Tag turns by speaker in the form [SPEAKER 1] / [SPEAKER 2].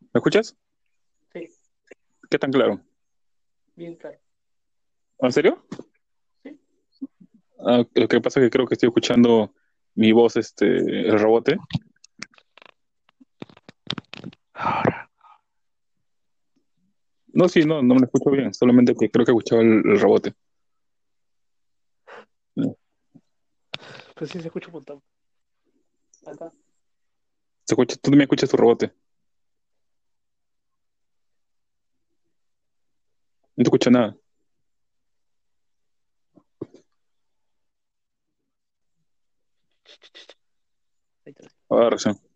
[SPEAKER 1] ¿Me escuchas?
[SPEAKER 2] Sí,
[SPEAKER 1] ¿Qué tan claro?
[SPEAKER 2] bien claro.
[SPEAKER 1] ¿En serio?
[SPEAKER 2] Sí.
[SPEAKER 1] Ah, lo que pasa es que creo que estoy escuchando mi voz, este, el rebote.
[SPEAKER 3] Ahora.
[SPEAKER 1] No, sí, no, no me lo escucho bien, solamente que creo que escuchaba el, el rebote.
[SPEAKER 2] Pues sí, se escucha un montón. Acá.
[SPEAKER 1] Se escucha, tú me escuchas tu rebote. No te escucho nada.
[SPEAKER 2] Ahí está.
[SPEAKER 1] Ahora, recién.